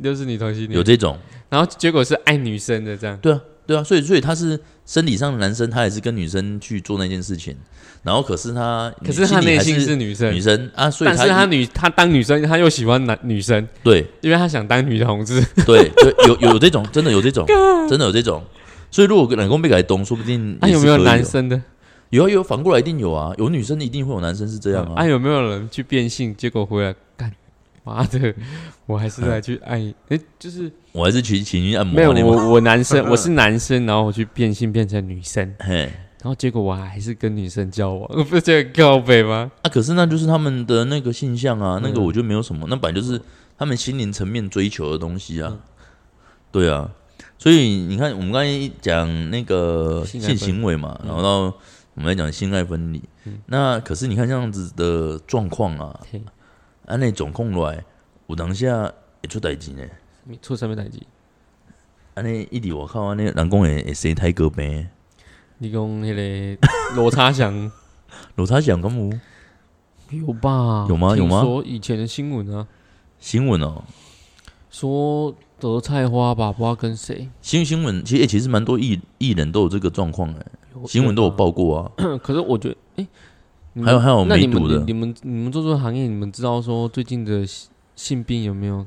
又是女同性有恋，这种。然后结果是爱女生的这样。对啊，对啊，所以所以他是生理上的男生，他也是跟女生去做那件事情，然后可是他可是他里内还心是是女生女，生啊，所以但是他他女他当女生，他又喜欢男女生，对因为他想当女同 志。对对有有有这种，真的有 这种，真的有这种。所以如果冷宫被改动，说不定啊，也有是没有可以男哦？生的？有啊有，反过来一定有啊，有女生一定会有男生是这样啊。啊，有没有人去变性，结果回来干？妈的， 我还是来去爱，哎，就是我还是去情欲按摩没有那种，我我男生， 我是男生，然后我去变性变成女生。嘿然后结果我还是跟女生交往，不是这个告白吗？啊，可是那就是他们的那个性向啊，那个嗯我觉得没有什么，那本来就是他们心灵层面追求的东西啊，嗯对啊，所以你看我们刚才讲那个性爱性分嗯行为嘛，然后到我们来讲性爱分离，那可是你看这样子的状况啊嘿，啊那总控来，我当下也出代志呢，你出什么代志？啊那一直我靠啊那人讲会会生太哥病，你讲迄 个罗差祥罗查想敢有有吧？有吗有吗听说以前的新闻啊，新闻哦，说德菜花吧，不知道跟谁新新闻其实、欸、其实蛮多艺艺人都有这个状况哎。新闻都有。报过啊，有吧 可是我觉得，哎、你们还有还有那梅你们毒的你们你们做这个行业，你们知道说最近的性性病有没有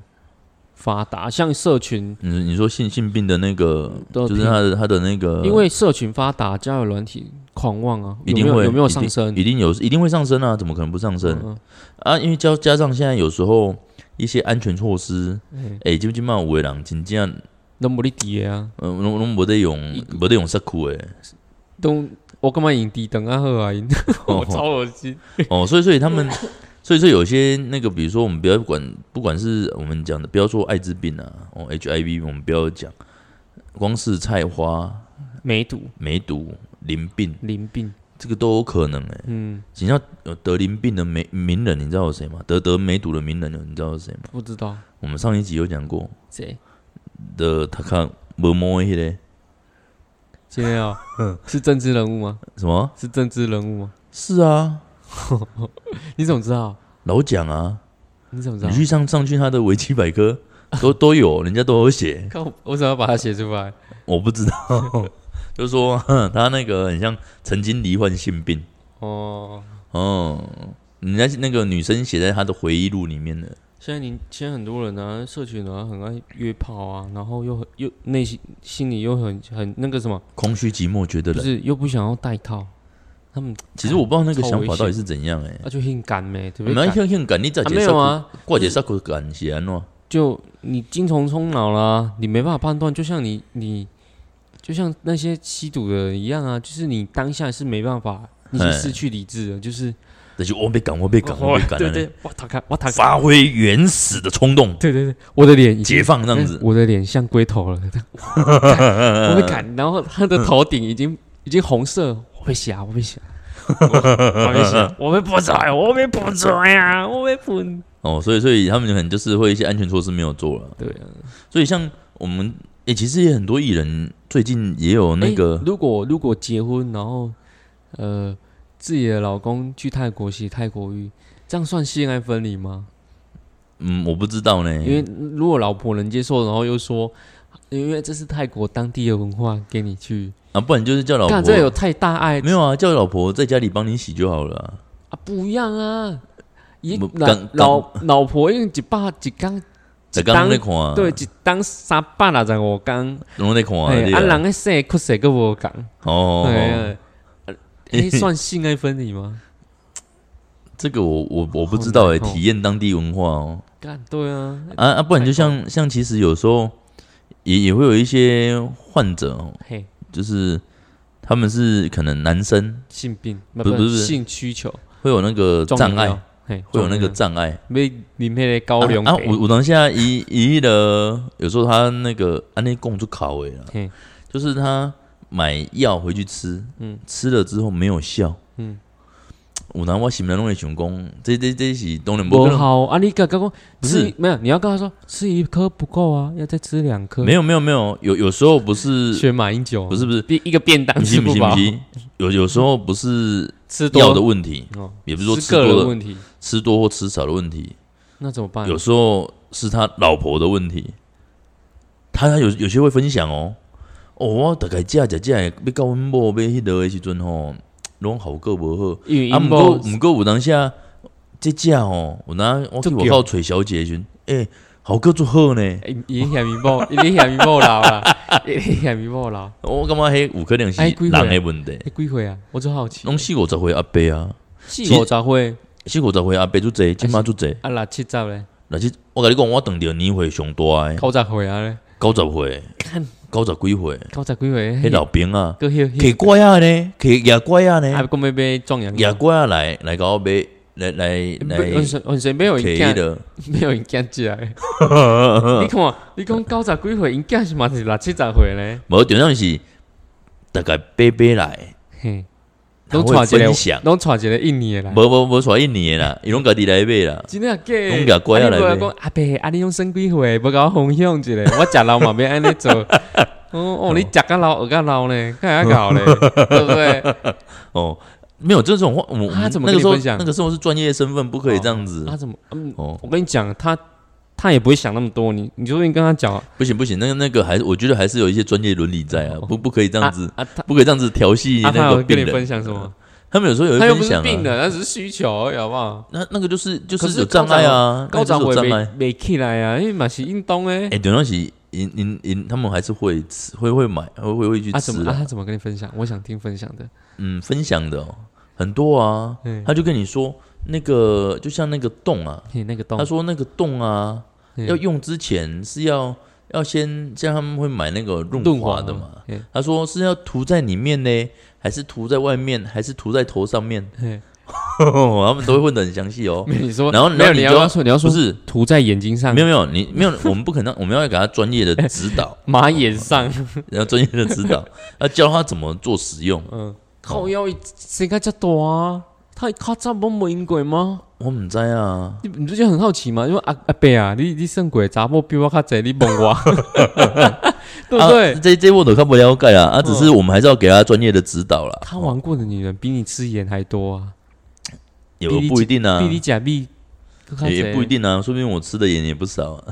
发达？像社群，你你说性性病的那个，都就是他的他的那个，因为社群发达，交友软体狂妄啊，呃一定有没会有有没有一定上升？一定有一定会上升啊，怎么可能不上升、嗯啊？因为加加上现在有时候一些安全措施，嗯，哎、基本上有的人真正，能不力敌的啊？嗯、呃，拢拢无得用，无得用色裤诶，都我干嘛影低等啊喝啊， 影 我超恶心。哦，所以所以他们，所以说有些那个，比如说我们不要管，不管是我们讲的，不要说艾滋病啊，哦，HIV 我们不要讲，光是菜花、梅毒、梅毒、淋病，淋病，这个都有可能诶、欸嗯，你知呃道有得淋病的名名人，你知道有谁吗？得得梅毒的名人，你知道有谁吗？不知道。我们上一集有讲过谁？的，他看无摸迄个今天哦，是政治人物吗？什么？是政治人物吗？是啊，你怎么知道？老蒋啊，你怎么知道你？去上上去他的维基百科都都有，人家都有写，看我，我怎么要把它写出来？我不知道，就说哼他那个很像曾经罹患性病，哦，嗯，人家那个女生写在她的回忆录里面的，现在你现在很多人啊，社群啊，很爱约炮啊，然后又很又内心心里又很很那个什么，空虚寂寞觉得不冷。是又不想要戴套，他们其实我不知道那个超想危法到底险是怎样哎、啊就很敢没，对你不们对？要敢看看感，你再啊解没释有啊，挂解释个感是安喏，就你精虫充脑啦，你没办法判断，就像你你就像那些吸毒的人一样啊，就是你当下是没办法，你哎是失去理智的，就是就是我被赶，我被赶，我被赶对了对呢，，我打开，我打开，发挥原始的冲动，对对对，我的脸已经解放这样子。我的脸像龟头 了，我被砍，然后他的头顶已经已经红色，我被吓，我被吓，我我被吓，我被捕出来，我被捕出来啊，我被捕。哦，所以所以他们可能就是会一些安全措施没有做了。对啊，所以像我们，诶、其实也很多艺人最近也有那个诶，如果如果结婚，然后呃自己的老公去泰国洗泰国浴，这样算性爱分离吗？嗯，我不知道呢，因为如果老婆能接受，然后又说。因为这是泰国当地的文化，给你去，啊，不然就是叫老婆看这有太大爱没有啊，叫老婆在家里帮你洗就好了啊、啊，不一样啊！一不老刚老老婆用一百一缸，在一刚刚缸在看啊，对，，一缸三百六十五缸，拢在看啊，哎，对啊，人啊，个生骨谁个无讲，哦，哎呀，哎，算性爱分离吗？这个我我我不知道哎、好难哦体验当地文化哦，干，对啊，啊啊，不然就像像其实有时候也也会有一些患者哦，嘿，就是他们是可能男生性病，不不是不是性需求会有那个重障要碍，，嘿，会有那个重障碍，要要啉迄个高粱啊啊！茶我我当下一一的，有时候他那个安内供就考诶啦嘿，啊就是他买药回去吃，嗯，吃了之后没有效，嗯，有当我心内拢会想讲，这这这是当然不不可能，好啊！你刚刚讲不吃是一没有，你要跟他说吃一颗不够啊，要再吃两颗。没有没有没有，有有时候不 是学马英九啊，不是不是，一一个便当不吃行不行饱不，行，有有时候不是吃多药的问题，哦，也不是说吃个多人的问题，吃多或吃少的问题，那怎么办？有时候是他老婆的问题，他有有些会分享哦。哦，我大概食食食，要到阮某要迄落的时阵吼，拢效果无好。因为啊，因毋过某毋过有当下这食吼，有当我去足外强口找小姐的时阵，诶、效果足好呢。因因嫌伊 某，因嫌伊某老啊 啦，因嫌伊某老，我感觉迄有可能是哎几岁人啊的问题，哎，几岁啊？我真好奇，拢四五十岁阿伯啊，四五十岁四五十岁阿伯足济，即满足济。啊，六七十咧，若是我甲你讲，我当着年岁上大 诶，九十岁啊咧，九十 岁、九十几岁，九十几岁，迄老兵啊。个迄摕乖啊呢，摕野乖啊嗯啊，呢，讲要买壮阳野乖啊来来甲我买来来来完全完全没摕有影迄响，个，没有影 响起来。你看，你讲九十几岁，影响是嘛是六七十岁咧，无重点是大概白白来，嘿，他拢会带一个分啊享，，拢带一个印尼的来。无无无耍一年的啦，伊拢家己来买啦，真的啊假的？拢拿瓜仔啊来你不要买讲阿伯，啊你用生几岁，不甲我分享一下，我食老嘛免安尼做。 哦哦，你食甲老，学甲老 呢，干啥搞嘞？对不对？哦，没有这种话，我们我啊们怎么那个跟你时候分享那个时候是专业身份，不可以哦这样子他怎么？嗯，哦，我跟你讲，他他也不会想那么多。你你就跟他讲啊不行不行，那个那个还是我觉得还是有一些专业伦理在啊，不不可以这样子，哦啊，他不可以这样子调戏啊那他个有跟病你分人，享什么？他们有时候也他会又不分是享病啊，人，他只是需求而已，好不好？那那个就是就可是是有障高碍长啊，那高个就长是有会障碍没。没起来啊，因为嘛是运动诶哎、。等到时因因因他们还是会吃，会会买，会会会去啊吃怎么的、啊他怎么跟你分享？我想听分享的。 嗯，分享的、哦、很多啊。嗯，他就跟你说，那个就像那个洞啊，嘿那个洞他，说那个洞啊，嗯要用之前是要要先，像他们会买那个润润滑滑嗯的嘛。嘿他说是要涂在里面呢，还是涂在外面，还是涂在头上面？ 嘿，他们都会问的很详细哦。没有你说，然后没然有后你你就要说你要不嗯说是，涂在眼睛上，没有没有，你没有，我们不可能， 我们要给他专业的指导， 马眼上，然后专业的指导， 要教他怎么做使用。嗯，靠腰伊生个遮大啊，他较早无问过吗？我唔知啊，你你不就很好奇吗？因为阿阿伯啊，你你算鬼查某比我较侪，你问我， 对不对？哦啊这这我都看不了解啊，啊，只是我们还是要给他专业的指导啦。他玩过的女人比你吃盐还多啊，也不一定啊比，你假币也也不一，定啊，说不定我吃的盐也不少啊。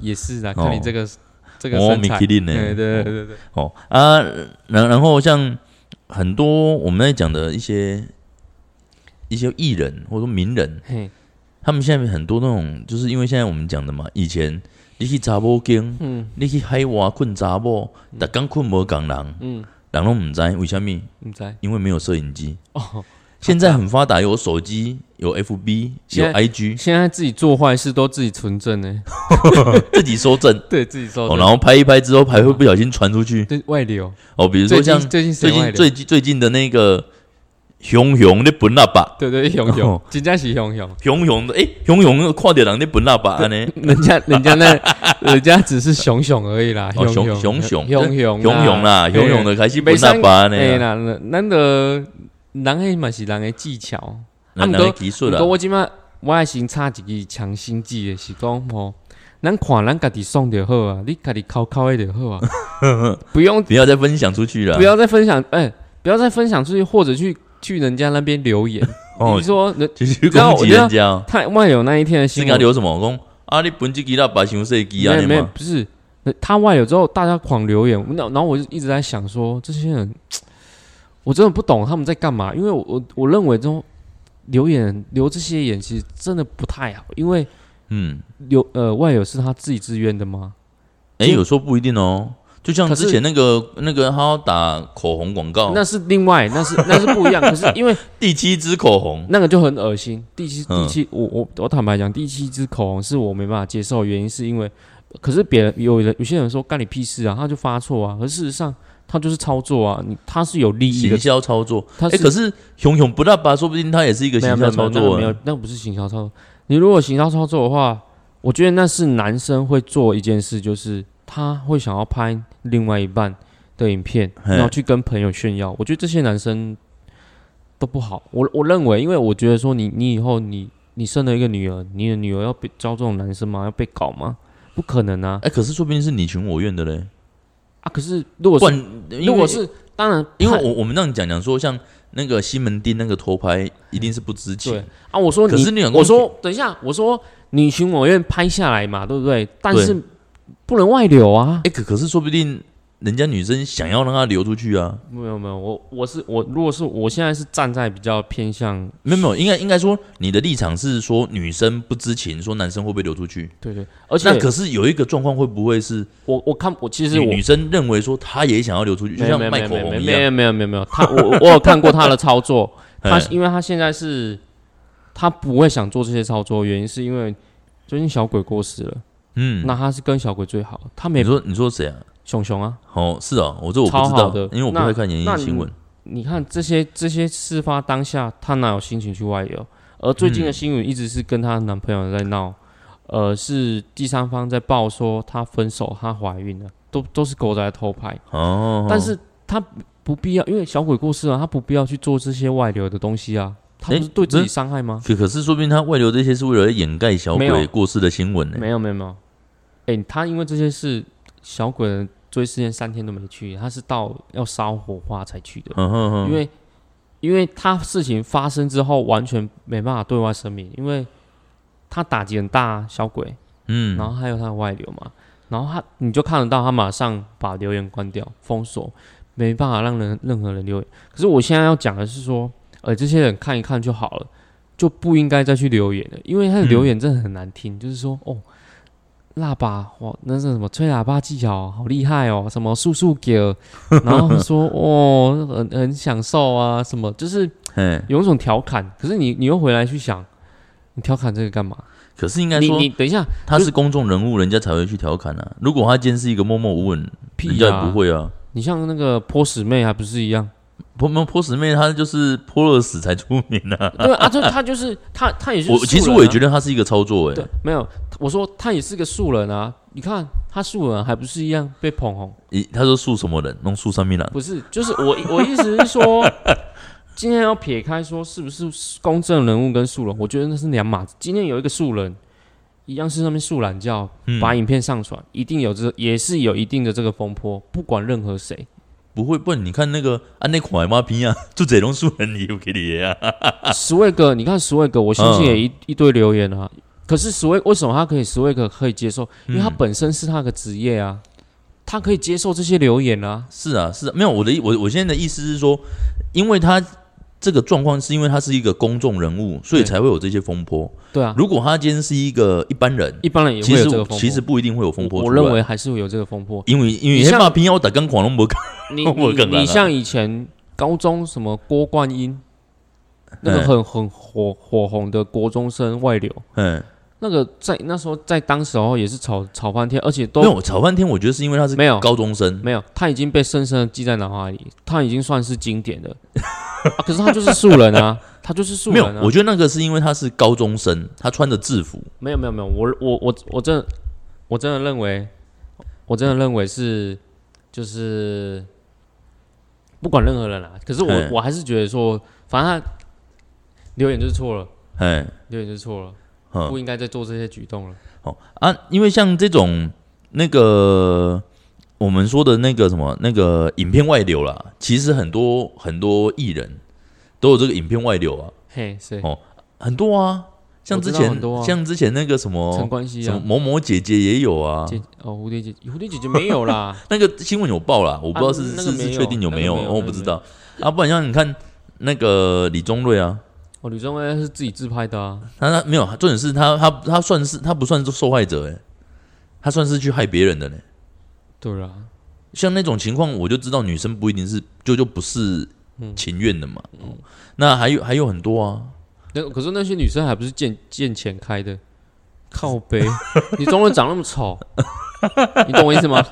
也是啊。哦看你这个这个哦身米材，其林呢对对对对对，哦啊，然然后像很多我们在讲的一些一些艺人或者说名人，嘿，他们现在很多那种，就是因为现在我们讲的嘛，以前你去查某间，嗯你去海外困查某，逐工困无共人，嗯，人拢毋知为虾米，你在因为没有摄影机。哦，现在很发达，有手机，有 FB，有现在 IG，现在自己做坏事都自己存证呢，自己收证， 对自己收哦，证，然后拍一拍之后，还会不小心传出去。对外流，哦，比如最说近像最近最谁外近流？最近最近的那个熊熊的本喇叭，对对，熊哦熊，真正是 熊熊。熊熊的，诶，熊熊看到人的本喇叭呢，人家人家那人家只是熊熊而已啦，哦，熊熊熊熊熊熊熊熊啦，熊熊的的开始本喇叭呢。哎啦，咱的人迄嘛是人的技巧，咱啊人不的过技术不啦过，我即摆我爱先插一支强心剂的是讲吼，咱看咱家己爽就好啊，你家己考考的就好 啊，不用不要再分享出去了。不要再分享，哎，不要再分享出去或者去去人家那边留言，哦你，说人继续知道攻击我觉得人家哦，太外有那一天的是新给他闻，留什么？我讲啊，你本机机啦，白熊设计啊，没有你没有嘛，不是，那他外流之后，大家狂留言，那然后我就一直在想说，这些人，我真的不懂他们在干嘛，因为我我我认为这种留言留这些言，其实真的不太好，因为嗯，留呃外流是他自己自愿的吗？哎，有时候不一定哦。就像可是之前那个那个，他要打口红广告，那是另外，那是那是不一样，可是因为第七支口红，那个就很恶心。第七嗯第七，我我我坦白讲，第七支口红是我没办法接受，原因是因为，可是别人有人有些人说干你屁事啊，他就发错啊，可是事实上他就是操作啊，你他是有利益的行，销操作。他哎，可是熊熊不大吧，说不定他也是一个没有行没销有没操有那个作没有啊。，那个不是行销操作。你如果行销操作的话，我觉得那是男生会做一件事，就是他会想要拍另外一半的影片，嘿然后去跟朋友炫耀。我觉得这些男生都不好，我我认为，因为我觉得说你你以后你你生了一个女儿，你的女儿要被教这种男生吗？要被搞吗？不可能啊！哎，可是说不定是你情我愿的嘞。啊，可是如果不是然，如如果是当然，因为我我们让你讲讲说，像那个西门町那个偷拍，一定是不知情对。啊，我说可你是你老公我说等一下，我说你情我愿拍下来嘛，对不对？但对是不能外流啊哎、。可可是说不定人家女生想要让他流出去啊，没有没有，我我是我，如果是我现在是站在比较偏向，没有没有，应该应该说你的立场是说女生不知情，说男生会不会流出去？对对，而且那可是有一个状况，会不会是我我看我其实女我女生认为说她也想要流出去，就没像有没有没卖有口没有红一没样？有没有没有没有，他我我我有看过他的操作，他嘿因为他现在是他不会想做这些操作，原因是因为最近小鬼过世了，嗯，那他是跟小鬼最好，他你没说你说谁啊？熊熊啊，哦，是哦，我这我不超知好道的因为我不那会看演那艺新闻。你看这些这些事发当下，她哪有心情去外游？而最近的新闻一直是跟她男朋友在闹，嗯呃，是第三方在报说她分手，她怀孕了，都都是狗仔在偷拍。哦，但是她不必要，因为小鬼过世啊，她不必要去做这些外流的东西啊，她不诶是对自不己是伤害吗？可可是说不定他外流这些是为了掩盖小没有鬼过世的新闻呢、没有没有没有，哎、她因为这些事，小鬼的追思宴三天都没去，她是到要烧火化才去的。嗯哼哼，因为因为他事情发生之后完全没办法对外声明，因为他打击很大、啊、小鬼，嗯，然后还有他的外流嘛，然后他你就看得到他马上把留言关掉封锁，没办法让人任何人留言。可是我现在要讲的是说，呃，这些人看一看就好了，就不应该再去留言了，因为他的嗯留言真的很难听，就是说哦。喇叭哇，那是什么吹喇叭技巧好厉害哦，什么速速给，然后说哦很很享受啊，什么就是哎，有一种调侃。可是你你又回来去想，你调侃这个干嘛？可是应该你说你等一下，他是公众人物，人家才会去调侃啊。如果他今天是一个默默无闻，人屁家呀、也不会啊。你像那个泼屎妹还不是一样？泼没有泼死妹，她就是泼了屎才出名 啊。对啊，就她就是她，她也是、我其实我也觉得，得她是一个操作哎、啊对，没有，我说她也是个素人啊。你看她素人还不是一样被捧红？咦，他说树什么人，弄树上面了。不是，就是我我意思是说，今天要撇开说是不是公正人物跟素人，我觉得那是两码子。今天有一个素人，一样是上面素懒觉，嗯把影片上传，一定有这也是有一定的这个风波，不管任何谁，不会，不然你看那个安内款妈逼啊， 就这种素人你有给你啊， 十位哥，你看十位哥，我相信嗯也一、一堆留言啊。可是十位为什么他可以十位哥可以接受？嗯因为他本身是他的职业啊，他可以接受这些留言啊。是啊，是啊，没有我的意，我我现在的意思是说，因为他这个状况是因为他是一个公众人物，所以对才会有这些风波。对啊，如果他今天是一个一般人，一般人也会其有实这个风波。其实不一定会有风波我出我来认为还是会有这个风波。因为因为你黑像马啊平我打跟广龙博， 你我你更懒啊你像以前高中什么郭冠英，那个嗯很很火火红的国中生外流，嗯，那个在那时候在当时候也是吵吵翻天，而且没都有吵半天，我觉得是因为他是没有高中生，没有，他已经被深深的记在脑海里，他已经算是经典的、啊可是他就是素人啊， 他就是素没人有啊，。我觉得那个是因为他是高中生，他穿着制服，没有没有没有，我我我我真的我真的认为，我真的认为是就是不管任何人啦、可是我嗯我还是觉得说，反正他留言就是错了，哎，留言就是错了，嗯不应该再做这些举动了。哦啊，因为像这种那个我们说的那个什么那个影片外流啦，其实很多很多艺人都有这个影片外流啊，嘿，谁哦？很多啊，像我知之道前、很多啊像之前那个什陈么冠希哦什么啊，某某姐姐也有啊，姐哦，蝴蝶姐，蝴蝶姐姐没有啦。 那个新闻有报啦，我不知道是、啊那是个没有是确定有没有，那个没有我不知道啊，不然像你看那个李宗瑞啊。哦，吕宗威是自己自拍的啊。他他没有，重点是他他他算是他不算是受害者哎、他算是去害别人的呢、对啦，像那种情况，我就知道女生不一定是就就不是嗯情愿的嘛。哦那还有还有很多啊，那可是那些女生还不是见见钱开的，靠背， 你中文长那么丑， 你懂我意思吗？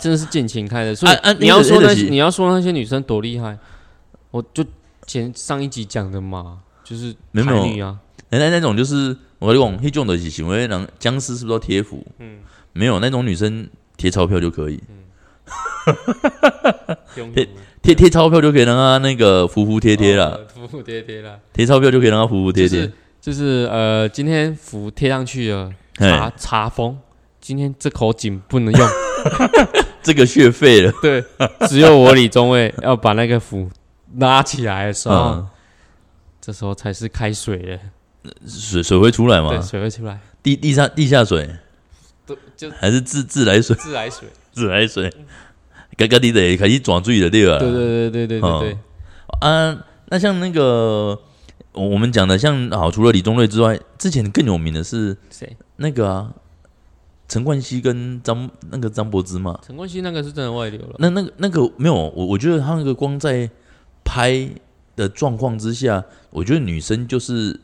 真的是见钱开的，所以啊啊你要你的说你那的是你要说那些女生多厉害，我就前上一集讲的嘛，就是没有没有台女啊，那那那种就是我跟你讲，那种的行为让僵尸是不是要贴符？嗯，没有那种女生贴钞票就可嗯以，贴贴钞票就可以让她那个服服帖帖啦，，服服帖帖啦，贴钞票就可以让她服服帖哦就帖是。就是呃，今天服贴上去了，哎查，查封，今天这口井不能用，这个血废了，对，只有我李宗伟要把那个符拉起来的时候。嗯，这时候才是开水耶，水水会出来对，吗？水会出来，地地下地下水都就还是自自来水？自来水。自来水，刚刚你得开始转注意了对吧？对对对对对对对，啊，那像那个我我们讲的像好，除了李宗瑞之外，之前更有名的是谁？那个啊，陈冠希跟张那个张柏芝嘛。陈冠希那个是真的外流了，那那个那个没有，我我觉得他那个光在拍的状况之下，我觉得女生就是，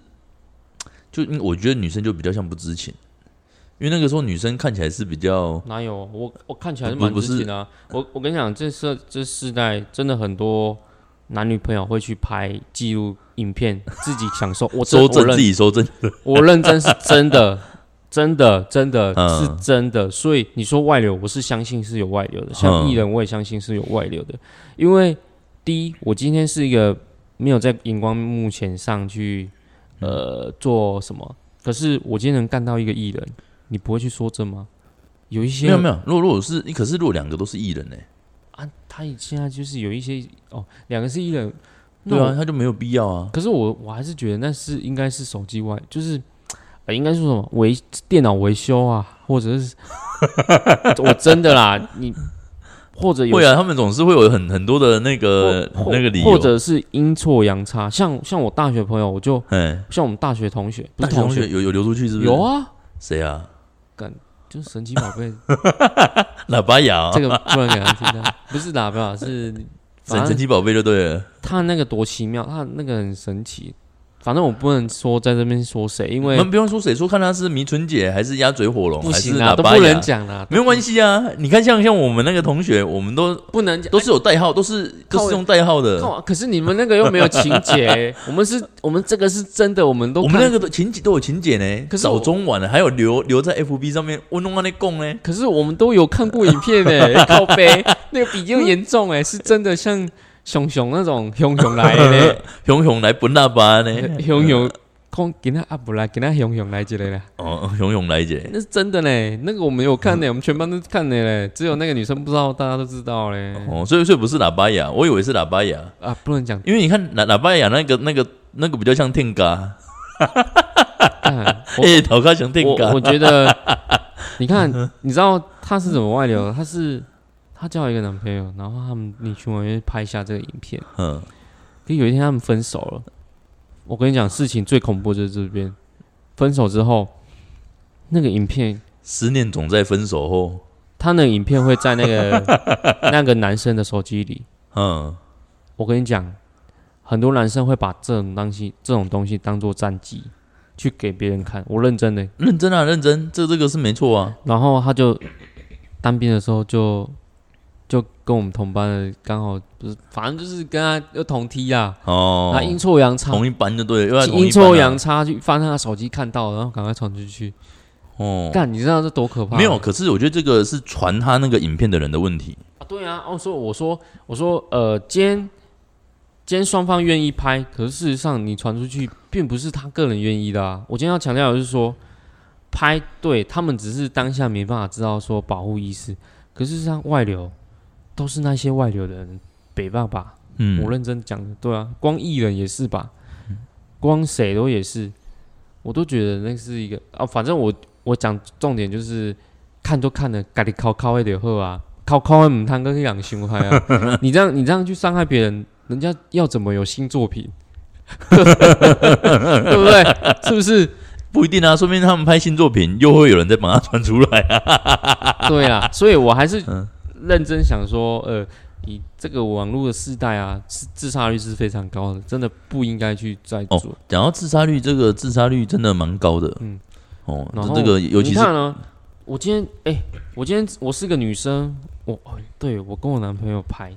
就我觉得女生就比较像不知情，因为那个时候女生看起来是比较哪有？我我看起来是不蛮不知情的啊。我我跟你讲，这世这世代真的很多男女朋友会去拍记录影片，自己享受。我真收我正自认己收正，我认真是 真的。真的，真的、嗯是真的，所以你说外流，我是相信是有外流的。像嗯艺人，我也相信是有外流的，因为第一，我今天是一个没有在荧光幕前上去嗯呃做什么，可是我今天能干到一个艺人，你不会去说这吗？有一些没有没有，如果如果是，可是如果两个都是艺人呢、啊，他现在就是有一些哦，两个是艺人，那对我啊，他就没有必要啊。可是我我还是觉得那是应该是手机外，就是、呃、应该是什么维电脑维修啊，或者是 我真的啦，你或者有会啊，他们总是会有很很多的那个或那个理由，或者是阴错阳差，像像我大学朋友，我就哎，像我们大学同学，不大是学同同学有有流出去是不是？有，啊，谁啊？就是神奇宝贝喇叭牙啊，这个不能给他听到， 不是打不好是神反神正奇宝贝就对了，他那个多奇妙，他那个很神奇。反正我不能说在这边说谁，因我为们不用说谁说看他是迷春姐还是鸭嘴火龙，不还是行啊，喇都叭不牙能，讲啦，没有关系啊。你看像像我们那个同学，我们都不能讲都。是有代号，都是靠都是用代号靠的。啊！可是你们那个又没有情节、 我们是，我们这个是真的，我们都我看们那个都情节都有情节呢，可是早我中晚的还有留留在 FB 上面，我弄完那供呢， 可是我们都有看过影片哎、靠背，那个比较严重哎、是真的像熊熊那种熊熊来 的嘞，熊熊来本大班呢，熊熊讲今天阿不来，今天熊熊来之类的，哦，熊熊来者，那是真的嘞，那个我们有看嗯的，我们全班都看的嘞，只有那个女生不知道，大家都知道嘞。哦，所以所以不是喇叭牙，我以为是喇叭牙，啊，不能讲因为你看喇喇叭牙那个那个那个比较像天嘎，干，我哎，头壳像天我嘎我，觉得，你看，你知道她是怎么外流的？她是她交了一个男朋友，然后他们你去网页拍下这个影片，嗯，可有一天他们分手了。我跟你讲，事情最恐怖就是这边，分手之后，那个影片，思念总在分手后，他那个影片会在那个那个男生的手机里。嗯，我跟你讲，很多男生会把这种东西这种东西当做战绩去给别人看，我认真的。认真啊，认真，这这个是没错啊，然后他就当兵的时候就就跟我们同班的，刚好不是，反正就是跟他又同梯啦，哦他，阴错阳差，同一班就对了，又在同一阴班错啊阳差去翻他的手机看到，然后赶快传出去。哦，干，你知道这多可怕？没有，可是我觉得这个是传他那个影片的人的问题，啊，对啊，哦，所以我说我说呃，今天今天双方愿意拍，可是事实上你传出去，并不是他个人愿意的啊。我今天要强调的是说，拍对他们只是当下没办法知道说保护意识，可是事实上外流都是那些外流的人北爸爸，嗯，我认真讲的，对啊，光艺人也是吧，光谁都也是，我都觉得那是一个啊，反正我我讲重点就是看都看了，咖喱靠靠会点喝啊，靠靠会唔贪跟养胸开 啊，你这样你这样去伤害别人，人家要怎么有新作品？ 对不对？是不是？不一定啊，说明他们拍新作品又会有人再把它传出来啊。对啦，所以我还是嗯认真想说，呃，以这个网络的世代啊，自自杀率是非常高的，真的不应该去再哦做。讲到自杀率，这个自杀率真的蛮高的。嗯嗯，哦，然这后这个尤其你是看啊，我今天哎、我今天我是个女生，我哦对我跟我男朋友拍，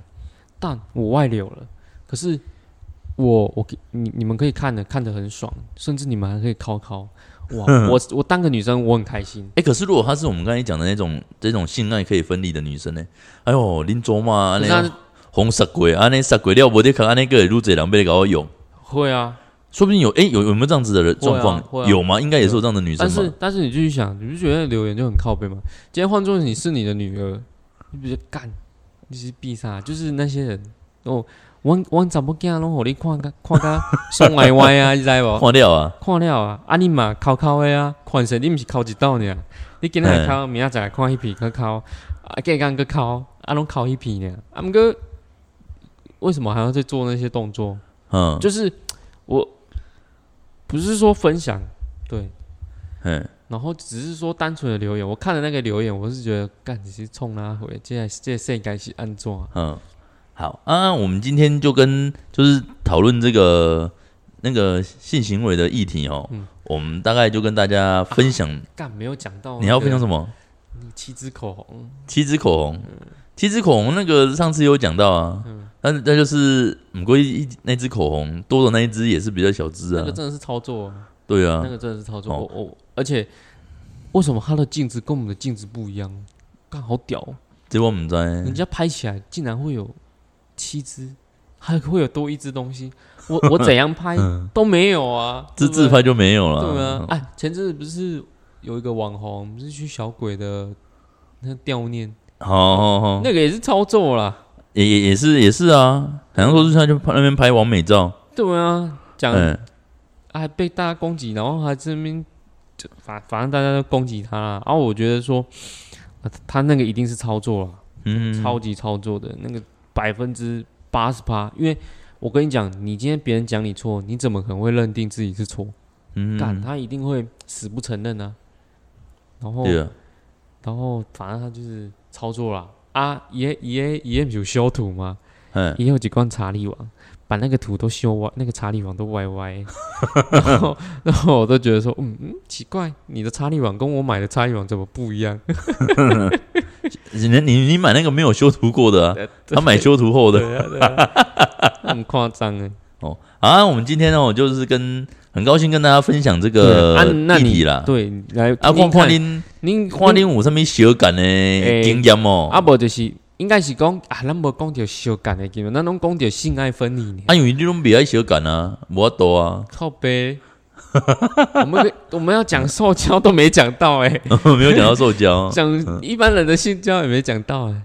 但我外流了，可是我我你你们可以看的看得很爽，甚至你们还可以靠靠。哇， 我我当个女生我很开心，哎、可是如果她是我们刚才讲的那种这种性爱可以分离的女生呢？哎呦，林卓嘛，可是那她红杀鬼啊，那杀鬼料我得看，那个路贼狼被搞我有，会啊，说不定有哎、有有没有这样子的人会啊状况、会啊有吗？应该也是有这样的女但生是嘛。但是你继续想，你不觉得留言就很靠背吗？今天换做你是你的女儿，你不觉得干，你是必杀，就是那些人哦，我我怎么讲拢互你看个看个爽歪歪啊， 你知无？换掉啊，看了啊，啊你嘛哭哭的啊，款式你毋是哭一道尔，你今嘿仔哭，明仔载看迄片去哭，啊隔天去哭，啊拢哭迄片尔，啊毋过为什么还要再做那些动作？嗯，就是我不是说分享，对，嗯，然后只是说单纯的留言，我看了那个留言，我是觉得干你是冲他回，这个这个世界是安怎啊？嗯，好啊，我们今天就跟就是讨论这个那个性行为的议题哦。嗯我们大概就跟大家分享，干没有讲到、你还要分享什么？么？七支口红，七支口红，嗯七支口红那个上次有讲到啊，但那就是嗯，过一一那支口红多的那一支也是比较小支那啊个，真的是操作、啊。对啊那，个真的是操作，哦我我而且为什么他的镜子跟我们的镜子不一样？干好屌、哦，结果我们在人家拍起来竟然会有七只，还会有多一只东西， 我我怎样拍都没有嗯啊，自对自不对拍就没有了，对啊，哎，前阵子不是有一个网红，不是去小鬼的那悼念，好好好，那个也是操作啦，也也也是也是啊，好像说是他就拍那边拍完美照，对啊，讲、嗯，还被大家攻击，然后还这边就反反正大家都攻击他啦，然后我觉得说、啊他那个一定是操作了。嗯，超级操作的那个百分之八十趴，因为我跟你讲，你今天别人讲你错，你怎么可能会认定自己是错？嗯干、他一定会死不承认啊。然后，对啊，然后反正他就是操作啦。啊，也也也有修图吗？嗯，也有几罐查理王，把那个图都修歪，那个查理王都歪歪。然后，然后我都觉得说，嗯嗯，奇怪，你的查理王跟我买的查理王怎么不一样？你你你买那个没有修图过的啊，他买修图后的，对啊，对啊，很夸张哎。哦，好啊，我们今天呢，我就是跟很高兴跟大家分享这对个啊，那议你题啦。对，来啊，听听看看看恁您看恁有啥物小感的诶经验哦。啊，无就是应该是讲啊，咱无讲着相干的金额，咱拢讲着性爱分离呢。啊，因为你拢袂爱小干啊，无法度啊， 靠背，我们可以我们要讲塑胶都没讲到 哎、没有讲到塑 胶，讲一般人的性交也没讲到啊哎、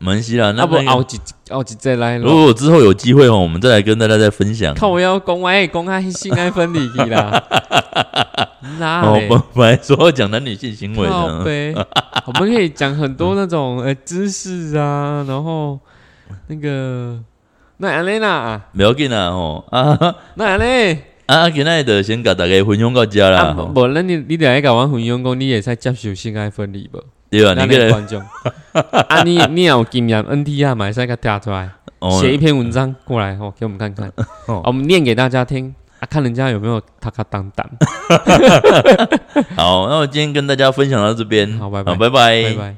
没关系啦。那那不不熬几熬几再来如咯。果之后有机会哦，我们再来跟大家再分 享。看我要公爱公爱性爱分离去啦， 那哦嘞，本本来说要讲男女性行为靠的，背，我们可以讲很多那种呃知识啊，然后那个那安内啦，不要紧啦吼啊啊那安内。啊！今天的先给大家分享到这啦，啊，吼无，咱你你得爱甲阮分享讲，你会使接受性爱分离无？对啊，咱你的个观众，啊，你你也有经验，NTR 嘛，会使甲贴出来，哦写一篇文章过来吼，给我们看看， 哦啊我们念给大家听，啊，看人家有没有塔卡当当，好，那我今天跟大家分享到这边，好拜拜拜拜，拜拜。